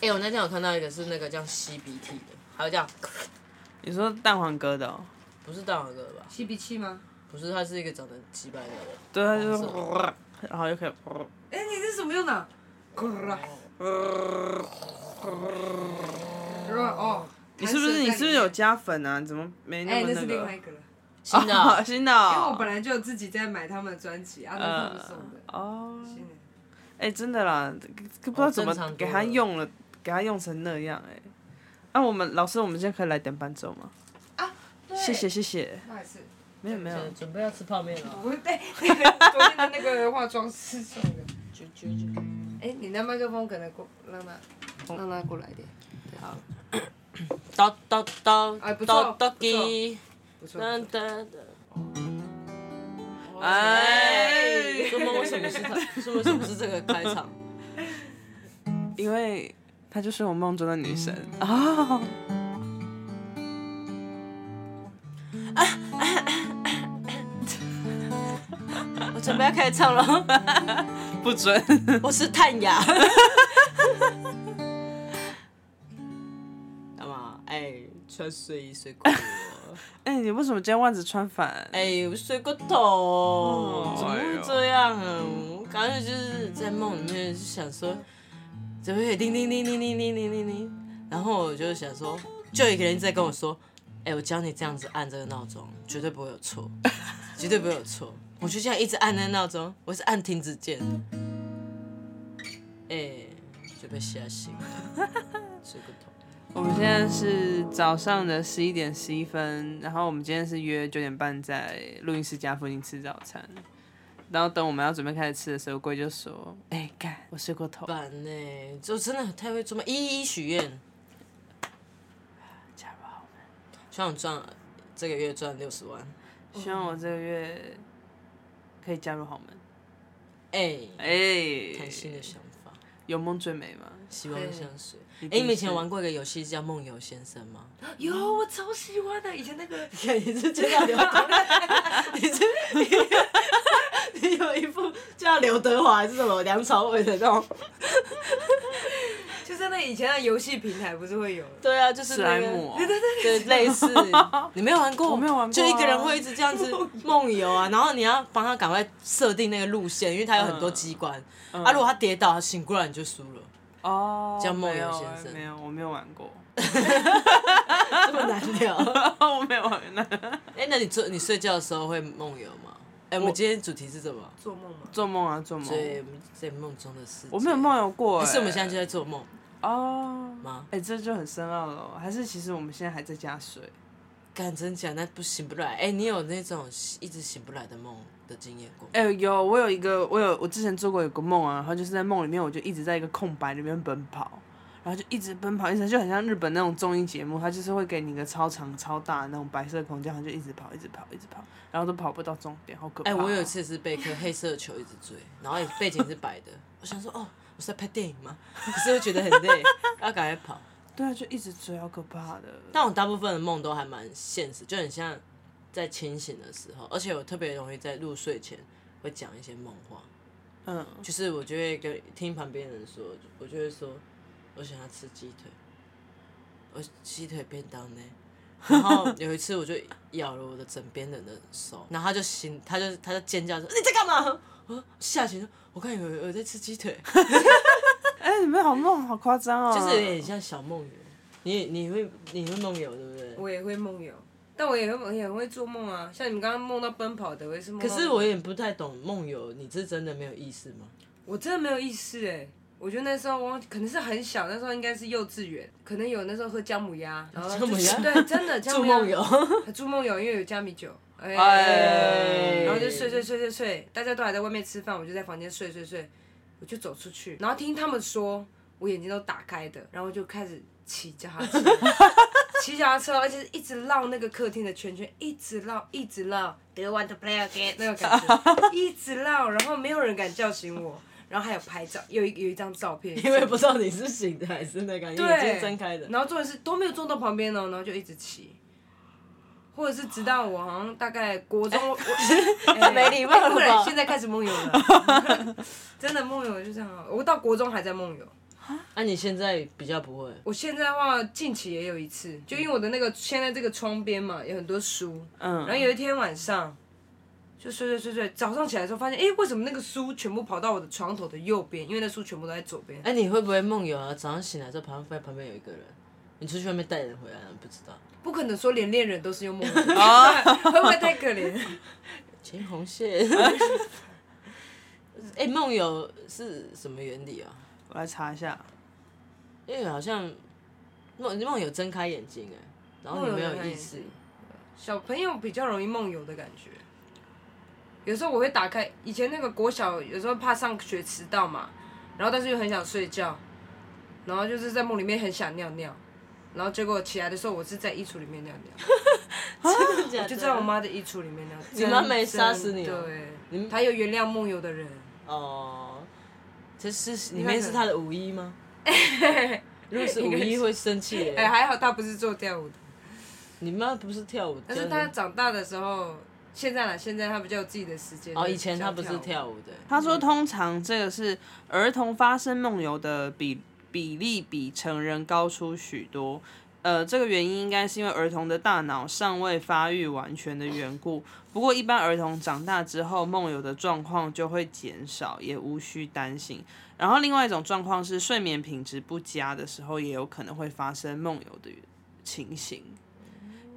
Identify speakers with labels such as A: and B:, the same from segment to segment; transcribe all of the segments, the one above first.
A: 哎、我那天有看到一个是那个这样吸鼻涕的，还有这样，
B: 你说蛋黄哥的、哦，
A: 不是大王哥吧？
C: 吸鼻器吗？
A: 不是，他是一个长得奇白的人。
B: 对，他就是
A: 黄
C: 哦
A: 色，
B: 然后又可以，
C: 哎、你这什么用的？咕哦，
B: 你是不是你是不是有？加粉啊？怎么没
C: 哎、
B: 那么
C: 那是另
B: 个？
C: 外一个了，
A: 新的啊、
B: 哦新的哦，呃
C: 因为我本来就自己在买他们的专辑，啊，那是他们送的。
B: 哦，
C: 新的
B: 哎、真的啦，不知道怎
A: 哦正常
B: 么
A: 多
B: 给他
A: 了
B: 用了，给他用成那样哎、那、我们老师，我们现在可以来点伴奏吗？
C: 对
B: 谢谢，谢谢，
C: 不好意思，哦
B: 没有没有，
A: 准备要吃泡面了。
C: 我会被那个昨天的那个化妆师送的。
A: 啾啾啾！
B: 嗯
C: 哎、你那麦克风可能过，让他让他过来一点。
A: 叨叨
C: 哎
A: 叨
C: 不错
A: 叨叨鸡，
C: 不错。
A: 噔噔噔。
B: 哎
A: 怎么为什么是他？为什么是这个开场？
B: 因为她就是我梦中的女神
A: 嗯
B: 哦。
A: 我准备要开始唱了，
B: 不准，
A: 我是探雅。 干嘛？哎，穿睡衣睡过我。
B: 哎、你为什么今天袜子穿反？
A: 哎呦，睡过头，怎么
B: 哎
A: 会
B: 呦
A: 这样啊？我刚才就是在梦里面就想说，怎么有叮叮叮叮叮叮叮叮叮，然后我就想说，就有一个人在跟我说，哎，我教你这样子按这个闹钟，绝对不会有错，绝对不会有错。我就这样一直按那个闹钟，我是按停止键，哎，就被吓醒了，睡过头。
B: 我们现在是早上的十一点十一分，然后我们今天是约九点半在录音室家附近吃早餐，然后等我们要准备开始吃的时候，龟就说：“哎、干，我睡过 头。
A: 烦呢、就真的太会做梦，一一许愿。
B: 加油吧
A: 希望我赚这个月赚六十万。”
B: 希望我这个月可以加入豪门。
A: 哎、
B: 哎、
A: 贪心的想法，
B: 有梦最美吗？
A: 希望相随。哎、
B: 定
A: 你们以前
B: 是
A: 玩过一个游戏叫《梦游先生》吗？
C: 有，我超喜欢的，以前 那个
A: 看 你是就要刘德，你是 你你有一副就要刘德华还是什么梁朝伟的那种？
C: 就是那以前的游戏平台不是会有的？
A: 对啊，就是
B: 史
A: 那
B: 莱
A: 个
B: 姆哦、
A: 对，类 似，你没有玩过，
B: 我没有玩过啊
A: 就一个人会一直这样子梦游啊，然后你要帮他赶快设定那个路线，因为他有很多机关，啊，如果他跌倒，他醒过来你就输 了，
B: 哦，
A: 叫梦游
B: 没有
A: 先
B: 哎
A: 生
B: 没有，我没有玩过，
A: 这么难聊。
B: 我没有玩 过，
A: 哎、那你做你睡觉的时候会梦游吗？哎、我们今天主题是什么？
C: 做梦吗？
B: 做梦啊做梦，
A: 对，我们在梦欸中的世界。
B: 我没有，梦游过、哎
A: 是我们现在就在做梦
B: 哦。
A: 吗？
B: 哎、这就很深奥了哦，还是其实我们现在还在加水？
A: 干真假那不醒不来。哎、你有那种一直醒不来的梦的经验过吗？
B: 哎、有我有一个，我有我之前做过有个梦啊，然后就是在梦里面，我就一直在一个空白里面奔跑，然后就一直奔跑，一直就很像日本那种综艺节目，它就是会给你一个超长超大的那种白色空间，然后就一直跑，一直跑，一直跑，然后都跑不到终点，好可怕、哦
A: 哎、我有一，次是被一颗黑色的球一直追，然后背景是白的，我想说哦，我是在拍电影吗？可是又觉得很累，要赶快跑。
B: 对啊，就一直追，好可怕的。
A: 但我大部分的梦都还蛮现实，就很像在清醒的时候，而且我特别容易在入睡前会讲一些梦话，
B: 嗯，
A: 就是我就会跟听旁边人说，我就会说我想要吃鸡腿，我鸡腿便当呢。然后有一次我就咬了我的枕边人的手，然后他就醒，他就他就尖叫说你在干嘛？我吓醒了，我看有有在吃鸡 腿，
B: 哎、你们好梦，好夸张哦。
A: 就是有点像小梦游。你你会你会梦游对不对？
C: 我也会梦游，但我也会梦也很会做梦啊。像你们刚刚梦到奔跑的，我也是梦到。
A: 可是我有点不太懂梦游，你是真的没有意识吗？
C: 我真的没有意识哎、我觉得那时候我可能是很小，那时候应该是幼稚园，可能有那时候喝姜母鸭，然后
A: 姜母鸭
C: 就对，真的姜
A: 做
C: 母鸭
A: 梦游，
C: 做梦游，因为有加米酒，哎、
B: 哎
C: 然后就睡睡睡睡睡，大家都还在外面吃饭，我就在房间睡睡睡，我就走出去，然后听他们说，我眼睛都打开的，然后就开始骑脚踏车，骑脚踏车，而且是一直绕那个客厅的圈圈，一直绕，一直绕，Do you want to play again 那种感觉，一直绕，然后没有人敢叫醒我，然后还有拍照，有一有一张照片，
A: 因为不知道你是醒的还是那个
C: 对
A: 眼睛睁开的。
C: 然后重点是都没有坐到旁边哦，然后就一直骑。或者是直到我好像大概国中，我 哎
A: 没礼貌了吧
C: 哦不可能现在开始梦游了，真的梦游就这样。我到国中还在梦游，
A: 那、啊你现在比较不会，
C: 我现在的话，近期也有一次，就因为我的那个现在这个窗边嘛，有很多书，
B: 嗯，
C: 然后有一天晚上就睡睡睡睡，早上起来的时候发现，哎、为什么那个书全部跑到我的床头的右边？因为那书全部都在左边。
A: 哎、你会不会梦游啊？早上醒来之后，旁边旁边有一个人，你出去外面带人回来了，不知道。
C: 不可能说连恋人都是用梦游，
A: 哦
C: 会不会太可怜？
A: 秦红线。 哎、梦游是什么原理啊？
B: 我来查一下，
A: 因为好像梦梦游睁开眼睛哎、然后你没有意识
C: 梦游睁开眼睛，小朋友比较容易梦游的感觉。有时候我会打开以前那个国小，有时候怕上学迟到嘛，然后但是又很想睡觉，然后就是在梦里面很想尿尿，然后结果起来的时候我是在衣橱里面尿 尿，
A: 真的假的？
C: 哦就在我妈的衣橱里面尿。
A: 你妈没杀死你哦
C: 对，她有原谅梦游的人。
A: 哦，这是里
C: 看
A: 面
C: 着
A: 是他的五一 吗？如果是五一会生气耶、
C: 哎、还好她不是做跳舞的，
A: 你妈不是跳舞，
C: 但是
A: 真的
C: 她长大的时候，现在啦，现在她比较有自己的时间。
A: 哦，以前她不
C: 比
A: 是
C: 较舞
A: 跳舞的，
B: 他说通常这个是儿童发生梦游的比比例比成人高出许多。呃，这个原因应该是因为儿童的大脑尚未发育完全的缘故。不过，一般儿童长大之后，梦游的状况就会减少，也无需担心。然后，另外一种状况是睡眠品质不佳的时候，也有可能会发生梦游的情形。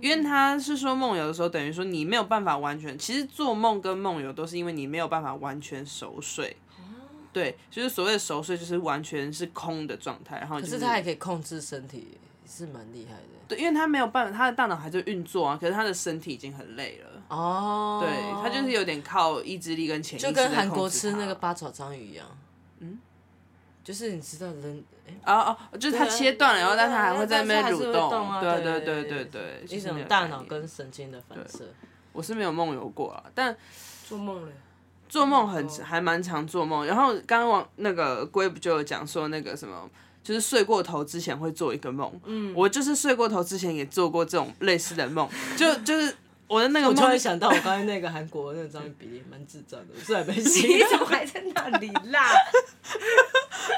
B: 因为他是说梦游的时候，等于说你没有办法完全，其实做梦跟梦游都是因为你没有办法完全熟睡。对，就是所谓的熟睡，就是完全是空的状态，然
C: 哦
B: 后、
A: 可
B: 就是
A: 她还可以控制身体，是蛮厉害的。
B: 对，因为他没有办法，他的大脑还在运作啊，可是他的身体已经很累了。
A: 哦，
B: 对，他就是有点靠意志力跟潜意识
A: 就
B: 在控
A: 跟
B: 制
A: 韩国吃
B: 它
A: 那个八爪章鱼一样，嗯，就是你知道人，哎
B: 哦哦，就是他
A: 对啊
B: 切断了，然后但
A: 对啊
B: 他还会在那
A: 但是
B: 边
A: 还是
B: 蠕
A: 会动啊
B: 对
A: 对
B: 对
A: 对
B: 对，就
A: 一
B: 是那
A: 种
B: 个
A: 大
B: 概
A: 脑
B: 念
A: 跟神经的反射。
B: 我是没有梦游过啊，但
C: 做梦了。
B: 做梦很
C: 哦
B: 还蛮常做梦，然后刚刚往那个龟不就有讲说那个什么，就是睡过头之前会做一个梦，嗯，我就是睡过头之前也做过这种类似的梦，就就是我的那个
A: 我突
B: 梦
A: 然，想到，我刚才那个韩国那个章鱼比例蛮智障的，我是还没 醒。
C: 你怎么还在那里啦？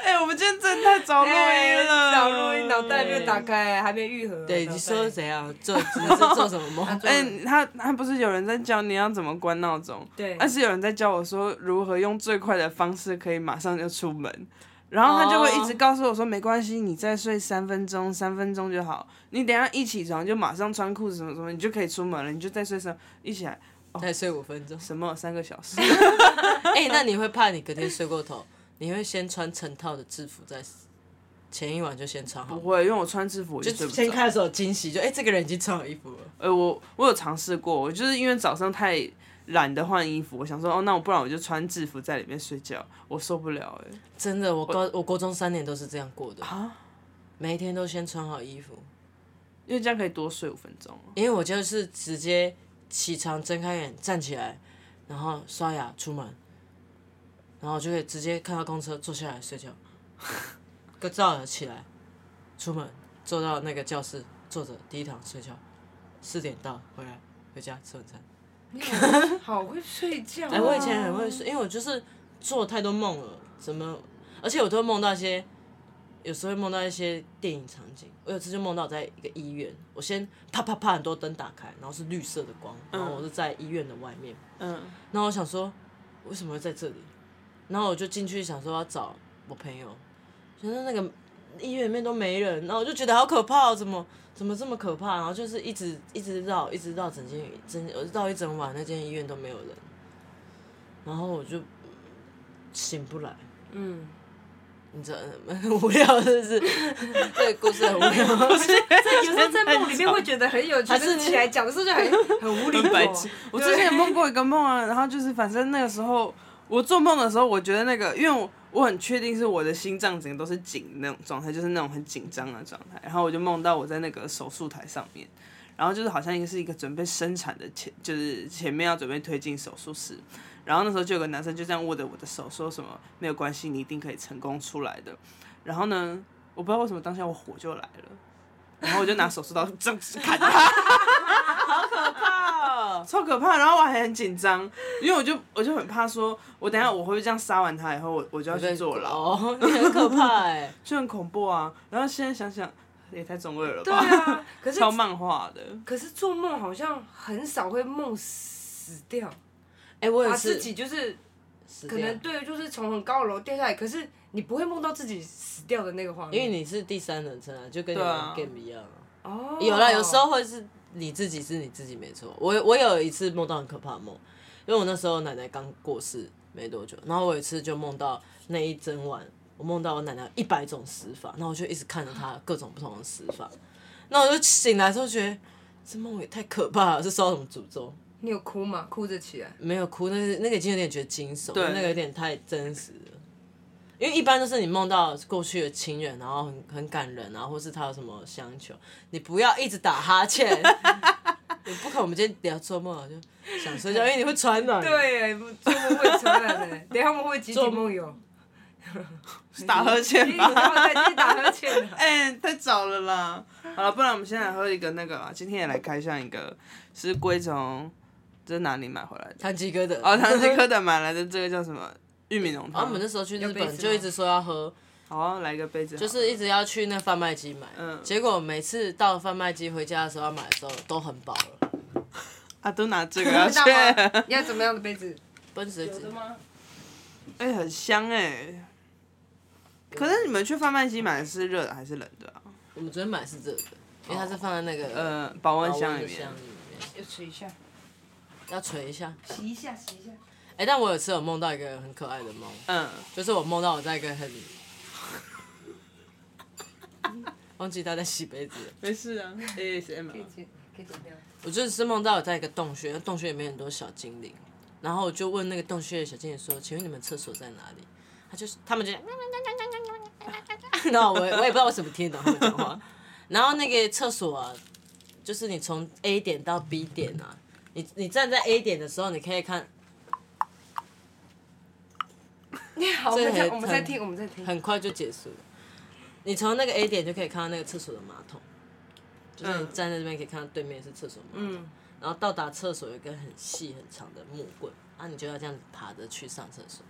B: 哎、 我们今天真的太早录音了，
C: 哎早录音，脑袋没有打开，还没愈合。
A: 对，
C: 脑袋
A: 你说怎样做？你是做什么梦？
B: 哎、他他不是有人在教你要怎么关闹钟，
C: 对
A: 啊
B: 而是有人在教我说如何用最快的方式可以马上就出门，然后他就会一直告诉我说、没关系，你再睡三分钟，三分钟就好，你等一下一起床就马上穿裤子什么什么，你就可以出门了，你就再睡三一起来
A: 再睡五分钟。
B: 什么三个小时，
A: 哎、那你会怕你隔天睡过头？你会先穿成套的制服在前一晚就先穿好
B: 不？会，因为我穿制服我就睡
A: 就
B: 不啊
A: 先
B: 着。
A: 看的时候有惊喜，就哎、这个人已经穿好衣服了。
B: 呃，我我有尝试过，我就是因为早上太懒得换衣服，我想说哦，那我不然我就穿制服在里面睡觉，我受不了哎、
A: 真的，我高我国中三年都是这样过的，
B: 啊，
A: 每一天都先穿好衣服，
B: 因为这样可以多睡五分钟啊。
A: 因为我就是直接起床睁开眼站起来，然后刷牙出门，然后就可以直接看到公车坐下来睡觉， 个照了起来，出门坐到那个教室坐着第一堂睡觉，四点到回来回家吃晚餐。
C: 好会睡觉、啊。
A: 哎、我以前很会睡，因为我就是做太多梦了，怎么？而且我都会梦到一些，有时候会梦到一些电影场景。我有次就梦到我在一个医院，我先啪啪啪很多灯打开，然后是绿色的光，然后我是在医院的外面，
B: 嗯，
A: 然后我想说为什么会在这里，然后我就进去想说要找我朋友，觉得那个医院里面都没人，然后我就觉得好可怕、哦，怎么怎么这么可怕？然后就是一直一直绕，一直绕整间整我绕一整晚，那间医院都没有人，然后我就醒不来，
C: 嗯，
A: 你知道很 无聊是不是？这个故事很无聊，
C: 这有时候在梦里面会觉得很有趣，
A: 还是
C: 但起来讲的时候就很很无厘头。
B: 白痴。我之前也梦过一个梦啊，然后就是反正那个时候我做梦的时候，我觉得那个，因为我我很确定是我的心脏整个都是紧那种状态，就是那种很紧张的状态。然后我就梦到我在那个手术台上面，然后就是好像也是一个准备生产的前，就是前面要准备推进手术室。然后那时候就有个男生就这样握着我的手，说什么没有关系，你一定可以成功出来的。然后呢，我不知道为什么当下我火就来了，然后我就拿手术刀这样子砍他。
A: 好可怕、哦！
B: 怕，超可怕。然后我还很紧张，因为我就我就很怕说，我等一下我会不会这样杀完他以后，我我就要去坐牢，
A: 哦， 你很可怕哎、
B: 就很恐怖啊。然后现在想想也太中二了
C: 对
B: 吧，
C: 啊，可是
B: 超漫画的。
C: 可是做梦好像很少会梦死掉，
A: 哎、我
C: 把
A: 也
C: 自
A: 是，
C: 己就是
A: 死
C: 可
A: 掉
C: 能对，就是从很高的楼掉下来，可是你不会梦到自己死掉的那个画面，
A: 因为你是第三人称啊，就跟你
B: 嗯对
A: 玩
B: 啊
A: game 一样、啊。
C: 哦，
A: 有啦，有时候会是你自己是你自己没错。我我有一次梦到很可怕的梦，因为我那时候奶奶刚过世没多久，然后我有一次就梦到那一整晚，我梦到我奶奶一百种死法，然后我就一直看着她各种不同的死法，那我就醒来之后觉得这梦也太可怕了，是受到什么诅咒？
C: 你有哭吗？哭着起来，
A: 没有哭，那个那个已经有点觉得惊悚，
B: 对
A: 那个有点太真实了。因为一般都是你梦到过去的亲人，然后很很感人啊，或是他有什么相求，你不要一直打哈欠。 你不可，我们今天聊做梦，我就想睡觉，因为你会啊传染。，
C: 对，做梦会传染的， 等一下我们会集体梦游，
B: 打呵
C: 哎你
B: 欠
C: 怎
B: 吧。
C: 么在这打呵欠啊？
B: 哎、太早了啦！好了，不然我们先来喝一个那个啦。今天也来开箱一个，是龟从这是哪里买回来的？
A: 唐吉诃德。
B: 哦，唐吉诃德买来的这个叫什么玉米浓
A: 然
B: 汤？
A: 后我们那时候去日
C: 有杯子
A: 本
C: 吗
A: 就一直说要喝，
B: 好啊，来一个杯子好
A: 就
B: 了，
A: 是一直要去那贩卖机买。
B: 嗯
A: 结果每次到贩卖机回家的时候要买的时候都很饱了，
B: 啊，都拿 这个要去，
C: 大吗？要怎么样的杯子？
A: 奔驰直。
B: 哎、很香哎、可是你们去贩卖机买的是热的还是冷的啊？
A: 我们昨天买是这个，因为它是放在那个
B: 呃，保温
A: 保温
B: 箱里
A: 的
B: 面
A: 箱。里面。
C: 要捶一下，
A: 要捶一下。
C: 洗一下，洗一下。
A: 哎、但我有次有梦到一个很可爱的梦，
B: 嗯，
A: 就是我梦到我在一个很，忘记他在洗杯子了，
B: 没事啊，ASM
C: 可以剪，可以剪掉。
A: 我就是梦到我在一个洞穴，洞穴里面很多小精灵，然后我就问那个洞穴的小精灵说：“请问你们厕所在哪里？”他就是他们就，然后我也我也不知道我怎么听得懂他们讲话，然后那个厕所啊，就是你从 A 点到 B 点啊，你你站在 A 点的时候，你可以看
C: 好，我们在
A: 这很
C: 我们在听，我们在听。
A: 很快就结束了。你从那个 A 点就可以看到那个厕所的马桶，就是你
B: 嗯
A: 站在这边可以看到对面是厕所马桶，
C: 嗯，
A: 然后到达厕所有一根很细很长的木棍，啊，你就要这样子爬着去上厕所，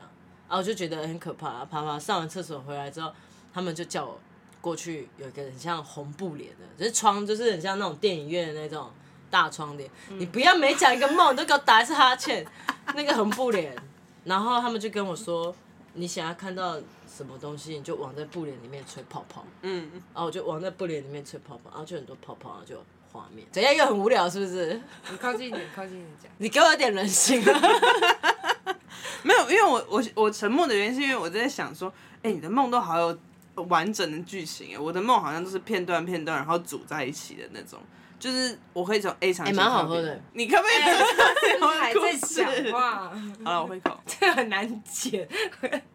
A: 啊，啊，我就觉得很可怕、啊，爬爬上完厕所回来之后，他们就叫我过去有一个很像红布帘的，就是窗，就是很像那种电影院的那种大窗帘，你不要每讲一个梦你都给我打一次哈欠， 那个红布帘，然后他们就跟我说。你想要看到什么东西，你就往在布帘里面吹泡泡。
B: 嗯，
A: 然后我就往那布帘里面吹泡泡，然后就很多泡泡，然后就有画面，怎样又很无聊是不是？
C: 你靠近一点，靠近一点讲。
A: 你给我一点人性啊！
B: 没有，因为我我我沉默的原因是因为我在想说，哎、你的梦都好有完整的剧情欸耶，我的梦好像都是片段片段，然后组在一起的那种，就是我可以从 A 场景
A: 哎蛮好
B: 跳 B
A: 喝的，
B: 你可不可以不要
C: 还在讲？ 话，
B: 好了，我喝一口，
C: 这 很难剪。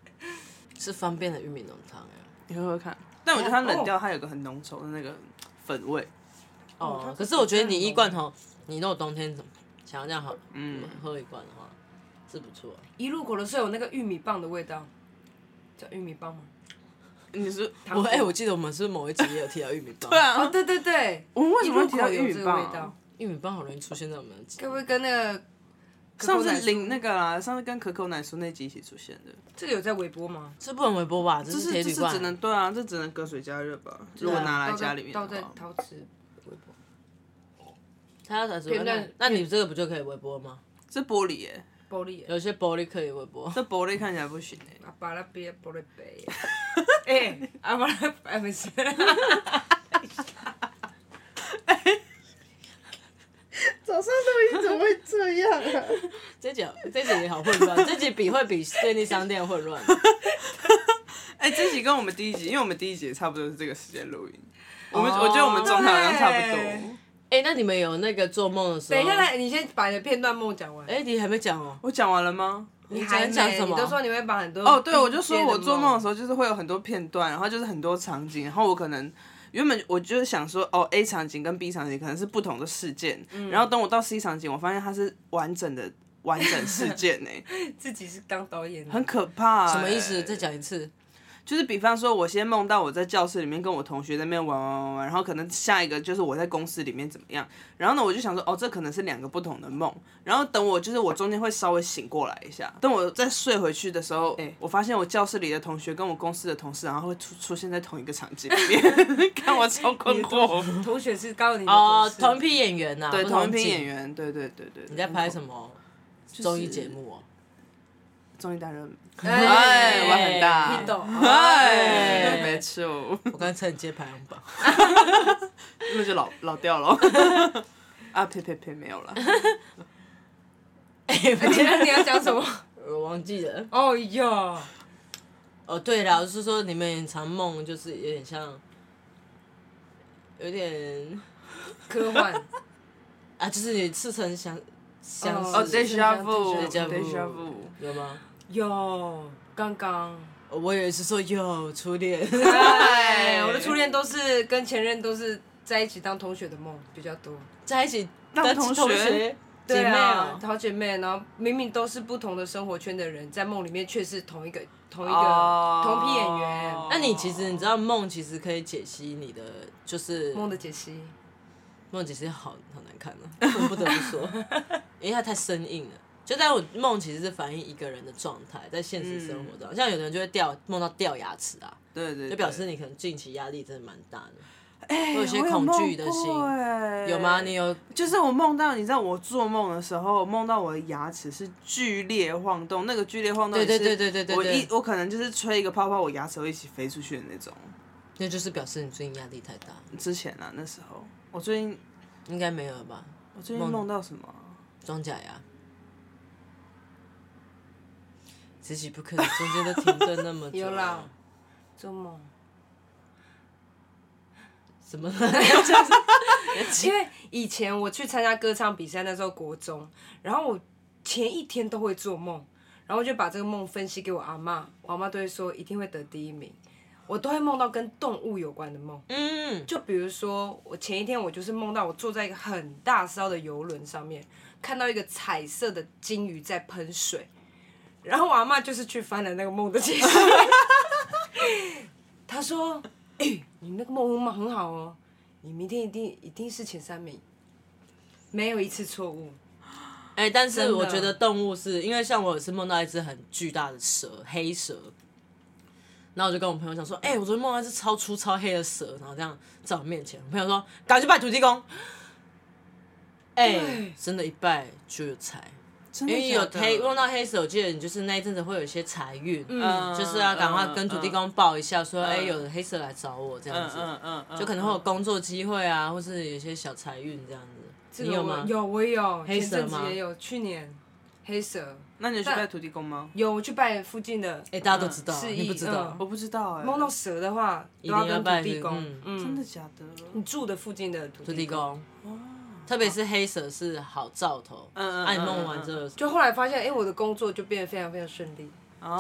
A: 是方便的玉米浓汤哎。
B: 你喝喝看。但我觉得它冷掉，它有个很浓稠的那个粉味，
C: 哦它
A: 哦，
C: 是
A: 可是我觉得你一罐头，你如果冬天怎么想要这样好，嗯，喝一罐的话是不错啊、
C: 一入口的时候有那个玉米棒的味道，叫玉米棒吗？
B: 你是
C: 糖
A: 我
C: 果
A: 哎、我记得我们是不是某一集也有提到玉米 棒，
B: 对
C: 哦，
B: 啊，
C: 对对对，
B: 我们为
C: 一
B: 什么会
C: 入
B: 提
C: 口
B: 到
C: 有
B: 玉米
C: 这个
B: 棒
C: 味
B: 啊
C: 道？，
A: 玉米棒好容易出现在我们的集
C: 该。不会跟那个可
B: 上
C: 口奶
B: 次
C: 酥
B: 零那个啦，上次跟可口奶酥那集一起出现的，
C: 这个有在微波吗？
A: 这不能微波吧？这
B: 这
A: 是铁
B: 是这
A: 铝
B: 是
A: 罐
B: 只。能对啊，这只能隔水加热吧。如果
A: 对啊
B: 拿来
C: 倒在
B: 家里面的
C: 倒在
B: 话，
C: 陶瓷微波。
A: 它要才是那
C: 片段
A: 那你这个不就可以微波吗？
B: 这玻璃耶，
C: 玻璃耶，
A: 有些玻璃可以微波。
B: 这玻璃看起来不行哎。
C: 阿巴拉比玻璃杯耶。哎，阿巴拉哎没 事。
B: 早上录音怎么会这样啊？
A: 这集这集也好混乱，这集比会比便利商店混乱。
B: 哎、这集跟我们第一集，因为我们第一集也差不多是这个时间录音，我们、
A: 哦
B: 我觉得我们中台好像差不
C: 对
B: 多。
A: 哎、那你们有那个做梦的时候？
C: 等一下，来，你先把你的片段梦讲完。
A: 哎、你还没讲哦、
B: 我讲完了吗？
C: 你
A: 还
C: 还
A: 没讲什么
C: 你都说你会把很多
B: 哦，对，我就说我做梦的
C: 时
B: 时候就是会有很多片段，然后就是很多场景，然后我可能。原本我就是想说，哦，A 场景跟 B 场景可能是不同的事件，
A: 嗯
B: 然后等我到 C 场景，我发现它是完整的完整事件呢、
C: 候自己是当导演的，
B: 很可怕、欸
A: 什么意思？
B: 这
A: 再讲一次。
B: 就是比方说，我先梦到我在教室里面跟我同学在那边玩玩玩玩，然后可能下一个就是我在公司里面怎么样，然后呢，我就想说，哦，这可能是两个不同的梦，然后等我就是我中间会稍微醒过来一下，等我再睡回去的时候，哎、我发现我教室里的同学跟我公司的同事，然后会出出现在同一个场景里面， 看我超困惑。
C: 同学是高你的
A: 哦，
C: 同事
A: 同一批演员呐、啊
B: 对，
A: 不
B: 同一批
A: 景
B: 演。员，对对对对。你
A: 你在拍什？么综艺节目哦？
B: 综艺大热门。
C: 哎
B: 哎，我很大。
C: 你懂
B: 哎，
A: 哎
B: 没错，
A: 我刚才趁你接排行 榜，
B: 那就老老 掉了。啊呸呸呸，没有了。
A: 哎
C: 你哎 要你要讲什么？
A: 我忘记了。
C: 哦哟，
A: 哦，对了，就是说你们也常梦，就是有点像，有点
C: 科幻，
A: 啊，就是你似曾相相
B: 哦
A: 识、
B: ，deja
A: Deja vu
B: vu，deja vu。
A: 有吗？
C: 哟，刚刚，
A: 哦我也是说有初恋，
C: 哎，我的初恋都是跟前任都是在一起当同学的梦比较多，
A: 在一起
B: 当
A: 但是
B: 同
A: 同
B: 学
A: 学姐
C: 对
A: 妹
C: 啊
A: 哦，
C: 好姐妹，然后明明都是不同的生活圈的人，在梦里面却是同一个同一个
B: 哦
C: 同批演员，哎
A: 那你其实你知道梦其实可以解析你的，就是
C: 哦梦的解析，
A: 梦其实好好难看啊，我不得不说， 因为它太生硬了。就在我梦其实是反映一个人的状态，在现实生
C: 嗯
A: 活中，像有的人就会掉梦到掉牙齿啊，
B: 对对，
A: 就表示你可能近期压力真的蛮大的。
C: 哎
B: 我
A: 有些恐惧的心有吗？你有
B: 哎就是我梦到，你知道我做梦的时候，梦到我的牙齿是剧烈晃动，那个剧烈晃动也
A: 对
B: 是，
A: 对对对对对
B: 我
A: 对
B: 一我可能就是吹一个泡泡，我牙齿会一起飞出去的那种。
A: 那就是表示你最近压力太大，
B: 之前啊，那时候我最近
A: 应该没有了吧？
B: 我最近梦到什么啊？
A: 装假牙，自己不可能中间都停顿那么久。
C: 有啦，做梦，
A: 什么？
C: 因为以前我去参加歌唱比赛，那时候国中，然后我前一天都会做梦，然后我就把这个梦分析给我阿妈，我阿妈都会说一定会得第一名，我都会梦到跟动物有关的梦。
A: 嗯，
C: 就比如说，我前一天我就是梦到我坐在一个很大艘的游轮上面，看到一个彩色的鲸鱼在喷水，然后我阿妈就是去翻了那个梦的解释，她说：“ 哎、你那个梦梦很好哦，你明天一定一定是前三名，没有一次错误。
A: 哎、但
C: 真
A: 是
C: 的
A: 我觉得动物是因为像我有一次梦到一只很巨大的蛇，黑蛇，然后我就跟我朋友讲说，哎、我昨天梦到一只超粗超黑的蛇，然后这样在我面前，我朋友说赶快去拜土地公，哎、
C: 对
A: 真的，一拜就有财，
B: 真
A: 因
B: 的
A: 为有黑
B: 假
A: 梦
B: 的
A: 到黑蛇，我记得你就是那一阵子会有一些财运，
B: 嗯
A: 就是要赶快跟土地公报一下，说哎、
B: 嗯
A: 有黑蛇来找我这样
B: 嗯
A: 子，
B: 嗯嗯嗯，
A: 就可能会有工作机会啊，或是有一些小财运这样子，
C: 这
A: 你
C: 个
A: 有
C: 我
A: 吗？
C: 有，我有，
A: 黑
C: 前
A: 蛇
C: 阵子
A: 吗
C: 也有，去年黑蛇
B: 那你有去
C: 但
B: 拜土地公吗？
C: 有，我去拜附近的。
A: 哎、大家都知道，
C: 示意
A: 你不知道
C: 嗯。
B: 我不知道哎、
C: 梦到蛇的话，都要
A: 一定要
C: 跟
A: 拜
C: 土地公，
A: 嗯
C: 嗯，
B: 真的假的？
C: 你住的附近的土
A: 土地
C: 地公。
A: 公，特别是黑蛇是好兆头。
B: 哦嗯嗯
A: 按
B: 嗯
A: 弄完之后
C: 就后来发现，哎、我的工作就变得非常非常顺利，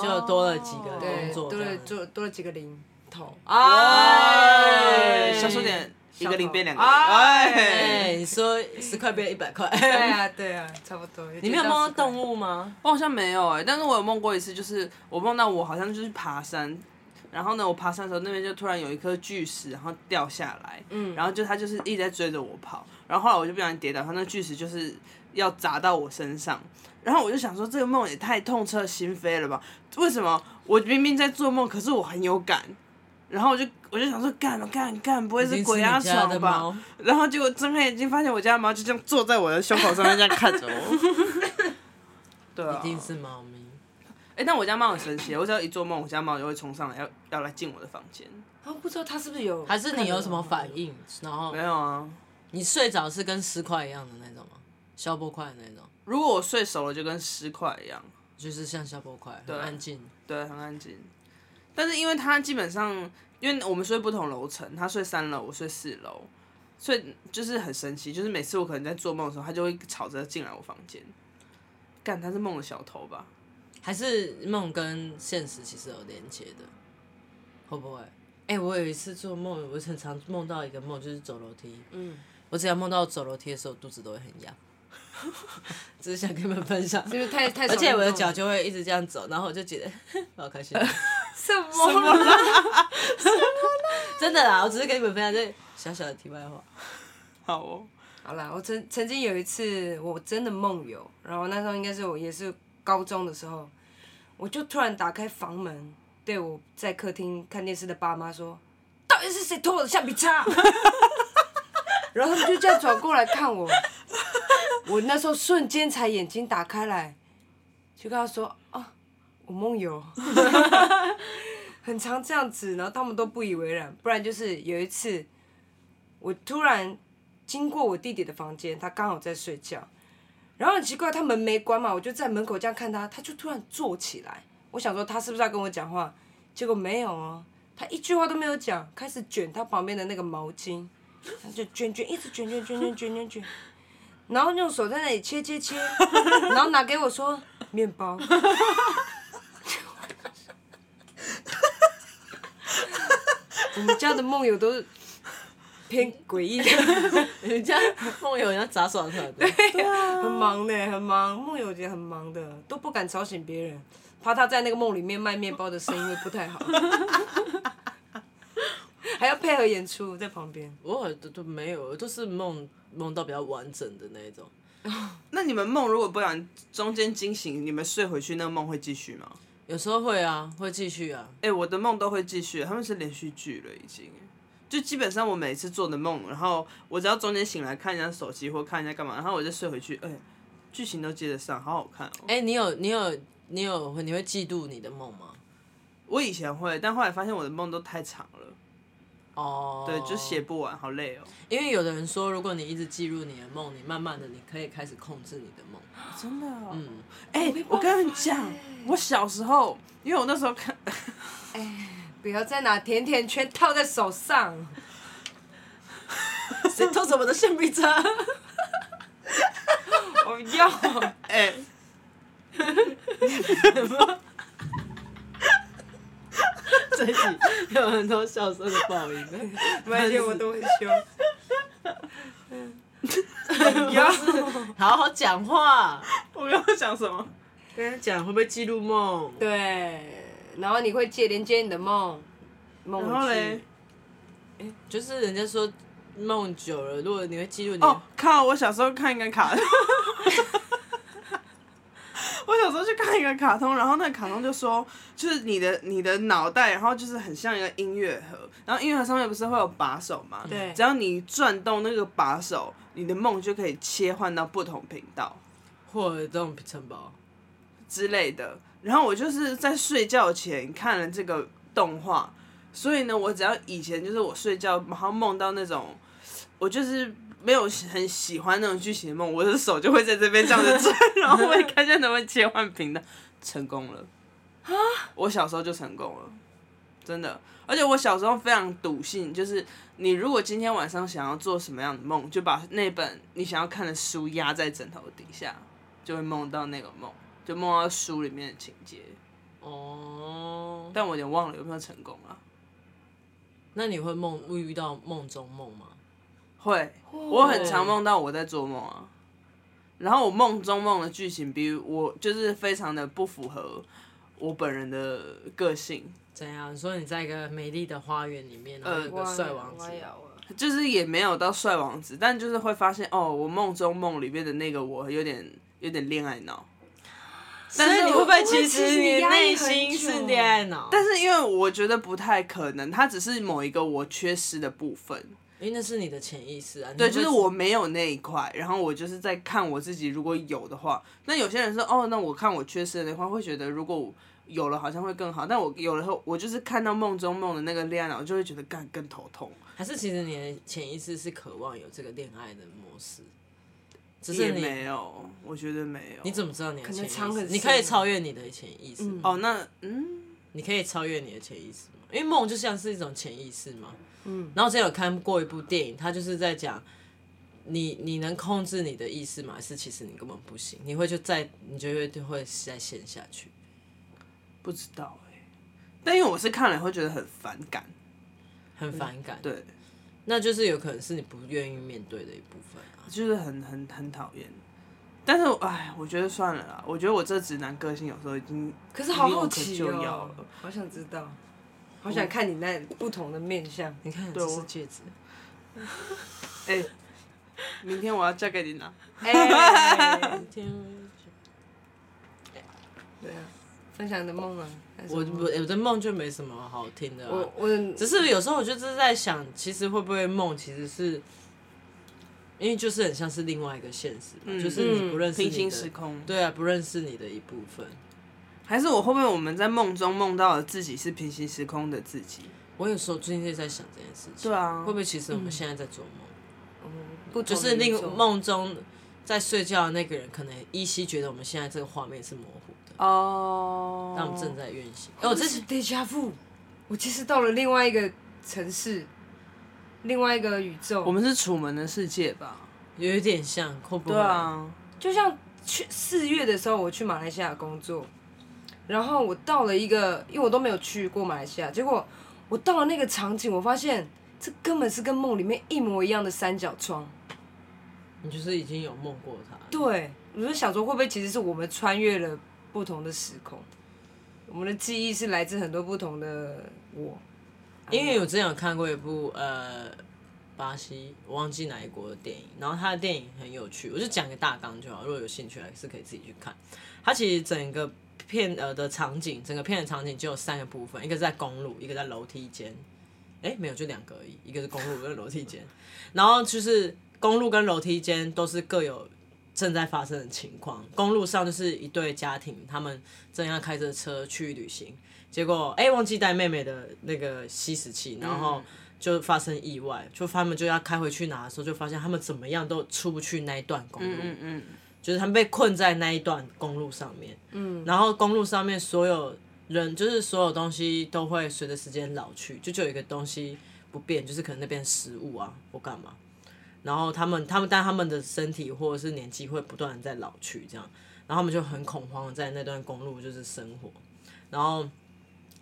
A: 就多了几个
C: 对
A: 哦工，作
C: 多
A: 这
C: 了
A: 样啊
C: 多多了几个零头，
B: 哎，
A: 哎
B: 小数点一个零变两个，
A: 哎，
C: 哎
B: 哎，
A: 你说十块变一百块，
C: 对啊对啊，差不多。
A: 你没有梦到动
C: 物？
A: 物吗？
B: 我好像没有哎、但是我有梦过一次，就是我梦到我好像就是爬山。然后呢，我爬山的时候，那边就突然有一颗巨石，然后掉下来，嗯，然后就它就是一直在追着我跑，然后后来我就不小心跌倒，它那巨石就是要砸到我身上，然后我就想说，这个梦也太痛彻心扉了吧？为什么我明明在做梦，可是我很有感？然后我就我就想说，干干干，不会
A: 已
B: 是
A: 经
B: 鬼
A: 你
B: 压
A: 家的
B: 床吧
A: 猫？，
B: 然后结果睁开眼睛，发现我家的猫就这样坐在我的胸 口上面，这样看着我。对啊，
A: 一定是猫咪。
B: 哎、但我家猫很神奇，我只要一做梦，我家猫就会冲上来，要要来进我的房间。
C: 然后啊不知道他是不是有，
A: 还是你有什么反？应？然后
B: 没有啊，
A: 你睡着是跟尸块一样的那种吗？消波块的那种，
B: 如果我睡熟了，就跟尸块一样，
A: 就是像消波块，很安静。
B: 对，很安静。但是因为它基本上，因为我们睡不同楼层，它睡三楼，我睡四楼，所以就是很神奇，就是每次我可能在做梦的时候，它就会吵着进来我房间。干，它是梦的小偷吧？
A: 还是梦跟现实其实有连接的，会不会？哎、我有一次做梦，我很常梦到一个梦，就是走楼梯。
C: 嗯，
A: 我只要梦到走楼梯的时候，肚子都会很痒。 只是想跟你们分享，
C: 是不是太太？
A: 而且我的脚，就会一直这样走，然后我就觉得 好开心。
C: 什么啦？
A: 真的啦，我只是跟你们分享这小小的题外话。
B: 好哦，
C: 好啦，我曾曾经有一次，我真的梦游，然后那时候应该是我也是高中的时候，我就突然打开房门，对我在客厅看电视的爸妈说：“到底是谁偷我的橡皮擦？” 然后他们就这样转过来看我，我那时候瞬间才眼睛打开来，就跟他说：“啊，我梦游。” 很常这样子，然后他们都不以为然。不然就是有一次，我突然经过我弟弟的房间，他刚好在睡觉，然后很奇怪，他门没关嘛，我就在门口这样看他，他就突然坐起来，我想说他是不是要跟我讲话，结果没有哦，他一句话都没有讲，开始卷他旁边的那个毛巾，他就卷卷，一直卷卷卷卷卷卷卷，然后用手在那里切切切，然后拿给我说面包。 我们家的梦游都是偏诡异的。
A: 你们家梦游人家杂耍特 对，
C: 很忙呢，很忙，梦游姐很忙的，都不敢吵醒别人，怕他在那个梦里面卖面包的声音会不太好， 还要配合演出在旁边。
A: 我都都没有，我都是梦梦到比较完整的那一种。
B: 那你们梦如果不然中间惊醒，你们睡回去那个梦会继续吗？
A: 有时候会啊，会继续啊。
B: 哎、我的梦都会继续，他们是连续剧了已经。就基本上我每次做的梦，然后我只要中间醒来看一下手机或看一下干嘛，然后我就睡回去，哎、剧情都接得上，好好看哦。
A: 哎、你有你有你有你会嫉妒你的梦吗？
B: 我以前会，但后来发现我的梦都太长了，
A: 哦，
B: 对，就写不完，好累哦。
A: 因为有的人说，如果你一直记录你的梦，你慢慢的你可以开始控制你的梦。
B: 真的、哦，嗯，哎、我跟你们讲，我小时候，因为我那时候看，
C: 不要再拿甜甜圈套在手上，
A: 谁偷走我的橡皮擦？
C: 我要。
B: 哎、
A: 这一集有很多笑声的爆音。
C: 每天我都很凶。不要
A: 好好讲话，
B: 我刚刚讲什么？
A: 跟他讲会不会记录梦？
C: 对，然后你会接连接你的梦，梦
B: 然后嘞
C: 剧，
A: 就是人家说梦久了，如果你会记录你的
B: 哦，靠！我小时候看一个卡 通，我小时候去看一个卡通，然后那个卡通就说，就是你的你的脑袋，然后就是很像一个音乐盒，然后音乐盒上面不是会有把手嘛？
C: 对
B: 只要你转动那个把手，你的梦就可以切换到不同频道
A: 或者这种城堡，
B: 之类的。然后我就是在睡觉前看了这个动画，所以呢，我只要以前就是我睡觉，然后梦到那种，我就是没有很喜欢那种剧情的梦，我的手就会在这边这样子转，然后我也看一下能不能切换频道，成功了啊！我小时候就成功了，真的。而且我小时候非常笃信，就是你如果今天晚上想要做什么样的梦，就把那本你想要看的书压在枕头底下，就会梦到那个梦，就梦到书里面的情节。
A: 哦，
B: 但我有点忘了有没有成功啊？
A: 那你会梦会遇到梦中梦吗？
B: 会，我很常梦到我在做梦啊。然后我梦中梦的剧情比我就是非常的不符合我本人的个性，
A: 怎样？说你在一个美丽的花园里面，然后
B: 呃
A: 有个帅王子
C: 我，要啊
B: 就是也没有到帅王子，但就是会发现哦，我梦中梦里面的那个我有点有点恋爱脑。但是
A: 所以你会
B: 我
A: 不会
C: 我
A: 其
C: 会其
A: 实
C: 实
A: 你
C: 压抑
A: 内
C: 很
A: 心
C: 久
A: 是恋爱脑？
B: 但是因为我觉得不太可能，它只是某一个我缺失的部分。
A: 因为那是你的潜意识啊。
B: 对，
A: 你会
B: 就是我没有那一块，然后我就是在看我自己，如果有的话，那有些人说哦，那我看我缺失的那块，会觉得如果我有了好像会更好，但我有了后，我就是看到梦中梦的那个恋爱脑，我就会觉得干更头痛，
A: 还是其实你的潜意识是渴望有这个恋爱的模式，只
B: 也
A: 是你
B: 没有，我觉得没有。
A: 你怎么知道你的
C: 可能
A: 潜意
C: 藏
A: 识？
C: 很
A: 你可以
C: 深
A: 超越你的潜意识，
C: 嗯
B: 哦，那嗯，
A: 你可以超越你的潜意识吗？因为梦就像是一种潜意识嘛。
C: 嗯，
A: 然后之前有看过一部电影，它就是在讲你你能控制你的意识吗？还是其实你根本不行，你会就在你就会就会再陷下去。
B: 不知道哎、但因为我是看了会觉得很反感，
A: 很反感，
B: 嗯对，
A: 那就是有可能是你不愿意面对的一部分啊。
B: 就是很很很讨厌。但是哎，我觉得算了啦，我觉得我这直男个性有时候已经
C: 可是好好奇
B: 无可救药
C: 哦
B: 了，
C: 好想知道，好想看你那不同的面相。
A: 你看，
B: 对
A: 这是
B: 我
A: 戒指，
B: 哎、明天我要嫁给你呢。
C: 哎、
A: 天
C: 对啊，分享你的梦啊。还是
A: 我
C: 什么
A: 我我的梦就没什么好听的、啊，
C: 我我的
A: 只是有时候我就是在想，其实会不会梦其实是，因为就是很像是另外一个现实嘛，
B: 嗯
A: 就是你不认识
B: 平
A: 你
B: 行时
A: 的，
B: 空，
A: 对啊，不认识你的一部分。
B: 还是我会不会我们在梦中梦到的自己是平行时空的自己？
A: 我有时候最近就在想这件事情，
B: 对啊，哦
A: 会不会其实我们现在在做梦，
C: 不
A: 就
C: 同
A: 是
C: 的
A: 那
C: 宇
A: 个
C: 宙
A: 梦中在睡觉的那个人，可能依稀觉得我们现在这个画面是模糊的，
B: 哦，
A: 但我们正在运行。哎，我之
C: 这
A: 前
C: 是 deja vu，我其实到了另外一个城市，另外一个宇宙，
B: 我们是楚门的世界吧？
A: 有一点像，会不会？
B: 对，啊，
C: 就像去四月的时候，我去马来西亚工作，然后我到了一个，因为我都没有去过马来西亚，结果我到了那个场景，我发现这根本是跟梦里面一模一样的三角窗。
A: 你就是已经有梦过它了。
B: 啊
C: 对，我就想说，会不会其实是我们穿越了不同的时空？我们的记忆是来自很多不同的我，
A: 因为我之前有看过一部呃巴西，我忘记哪一国的电影，然后他的电影很有趣，我就讲个大纲就好，如果有兴趣还是可以自己去看。它其实整个片呃的场景，整个片的场景就有三个部分，一个是在公路，一个在楼梯间，哎没有就两个而已，一个是公路，一个是楼梯间， 然后就是公路跟楼梯间都是各有。正在发生的情况，公路上就是一对家庭，他们正要开着车去旅行，结果哎、忘记带妹妹的那个吸食器，然后就发生意外，就他们就要开回去拿的时候，就发现他们怎么样都出不去那一段公路，
B: 嗯嗯，
A: 就是他们被困在那一段公路上面，嗯，然后公路上面所有人就是所有东西都会随着时间老去，就只有一个东西不变，就是可能那边食物啊或干嘛，然后他们他们但他们的身体或者是年纪会不断的在老去这样，然后他们就很恐慌的在那段公路就是生活，然后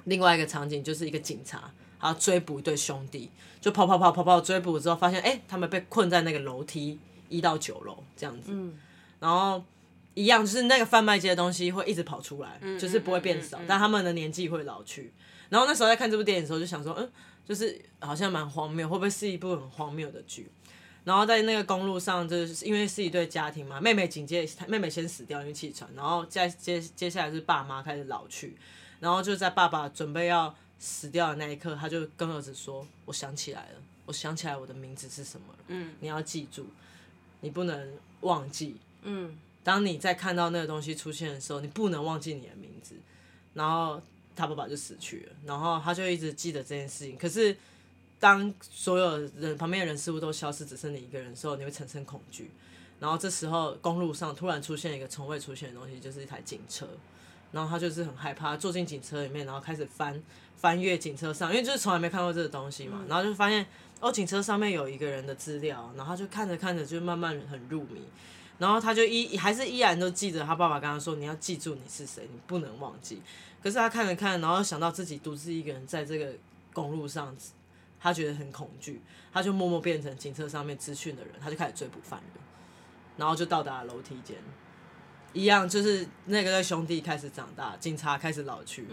A: 另外一个场景就是一个警察。他追捕一对兄弟，就跑跑跑跑跑追捕之后，发现哎、他们被困在那个楼梯一到九楼这样子。然后一样就是那个贩卖机的东西会一直跑出来，就是不会变少，但他们的年纪会老去。然后那时候在看这部电影的时候，就想说，嗯，就是好像蛮荒谬，会不会是一部很荒谬的剧？然后在那个公路上，就是因为是一对家庭嘛，妹妹紧接妹妹先死掉，因为气喘，然后再接接下来是爸妈开始老去，然后就在爸爸准备要死掉的那一刻，他就跟儿子说：“我想起来了，我想起来我的名字是什么了，嗯，你要记住，你不能忘记，
C: 嗯，
A: 当你在看到那个东西出现的时候，你不能忘记你的名字。然后他爸爸就死去了，然后他就一直记得这件事情。可是当所有人旁边的人事物都消失，只剩你一个人的时候，你会产生恐惧。然后这时候公路上突然出现一个从未出现的东西，就是一台警车。然后他就是很害怕，坐进警车里面，然后开始翻翻阅警车上，因为就是从来没看过这个东西嘛。然后就发现哦，警车上面有一个人的资料，然后他就看着看着就慢慢很入迷。然后他就依还是依然都记着他爸爸跟他说：“你要记住你是谁，你不能忘记。”可是他看了看，然后想到自己独自一个人在这个公路上，他觉得很恐惧，他就默默变成警车上面资讯的人，他就开始追捕犯人，然后就到达楼梯间。一样就是那个对兄弟开始长大，警察开始老去，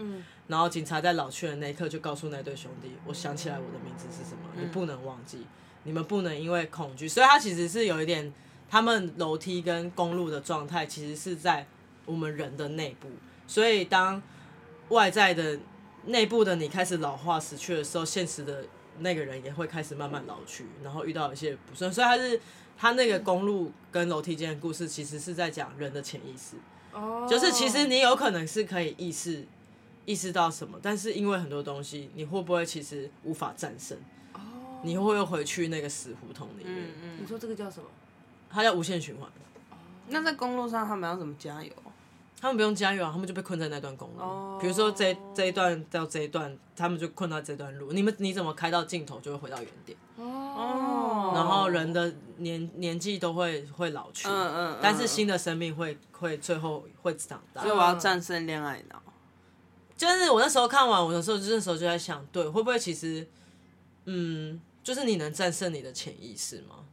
A: 然后警察在老去的那一刻就告诉那对兄弟：“我想起来我的名字是什么，你不能忘记，你们不能因为恐惧。”所以他其实是有一点，他们楼梯跟公路的状态其实是在我们人的内部，所以当外在的内部的你开始老化死去的时候，现实的那个人也会开始慢慢老去，然后遇到一些不顺，所以他是他那个公路跟楼梯间的故事，其实是在讲人的潜意识。
C: 哦，
A: 就是其实你有可能是可以意识意识到什么，但是因为很多东西，你会不会其实无法战胜？你会不会回去那个死胡同里面？
C: 你说这个叫什么？
A: 它叫无限循环。
B: 那在公路上他们要怎么加油？
A: 他们不用加油啊，他们就被困在那段公路。
B: 哦
A: 比如说这这一段到这一段，他们就困到这段路。你们你怎么开到尽头就会回到原点？
C: 哦
A: 然后人的年年纪都会会老去，
B: 嗯嗯嗯
A: 但是新的生命会会最后会长大。
B: 所以我要战胜恋爱脑。
A: 就是我那时候看完，我有时候就那时候就在想，对，会不会其实，嗯，就是你能战胜你的潜意识吗？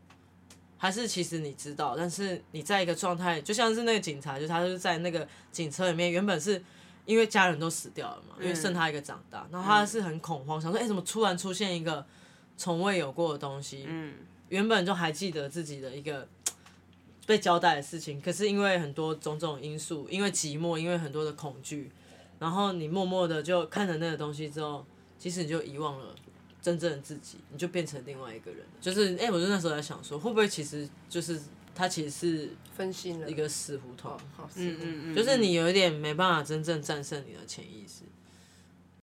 A: 还是其实你知道，但是你在一个状态，就像是那个警察，就他就是在那个警车里面，原本是因为家人都死掉了嘛，因为剩他一个长大，然后他是很恐慌，想说，哎、怎么突然出现一个从未有过的东西？
B: 嗯，
A: 原本就还记得自己的一个被交代的事情，可是因为很多种种因素，因为寂寞，因为很多的恐惧，然后你默默的就看着那个东西之后，其实你就遗忘了真正的自己，你就变成另外一个人了。就是，哎、我就那时候在想说，会不会其实就是它其实是
C: 分心了哦
A: 一个死胡同，
C: 好，
B: 嗯嗯嗯，
A: 就是你有一点没办法真正战胜你的潜意识。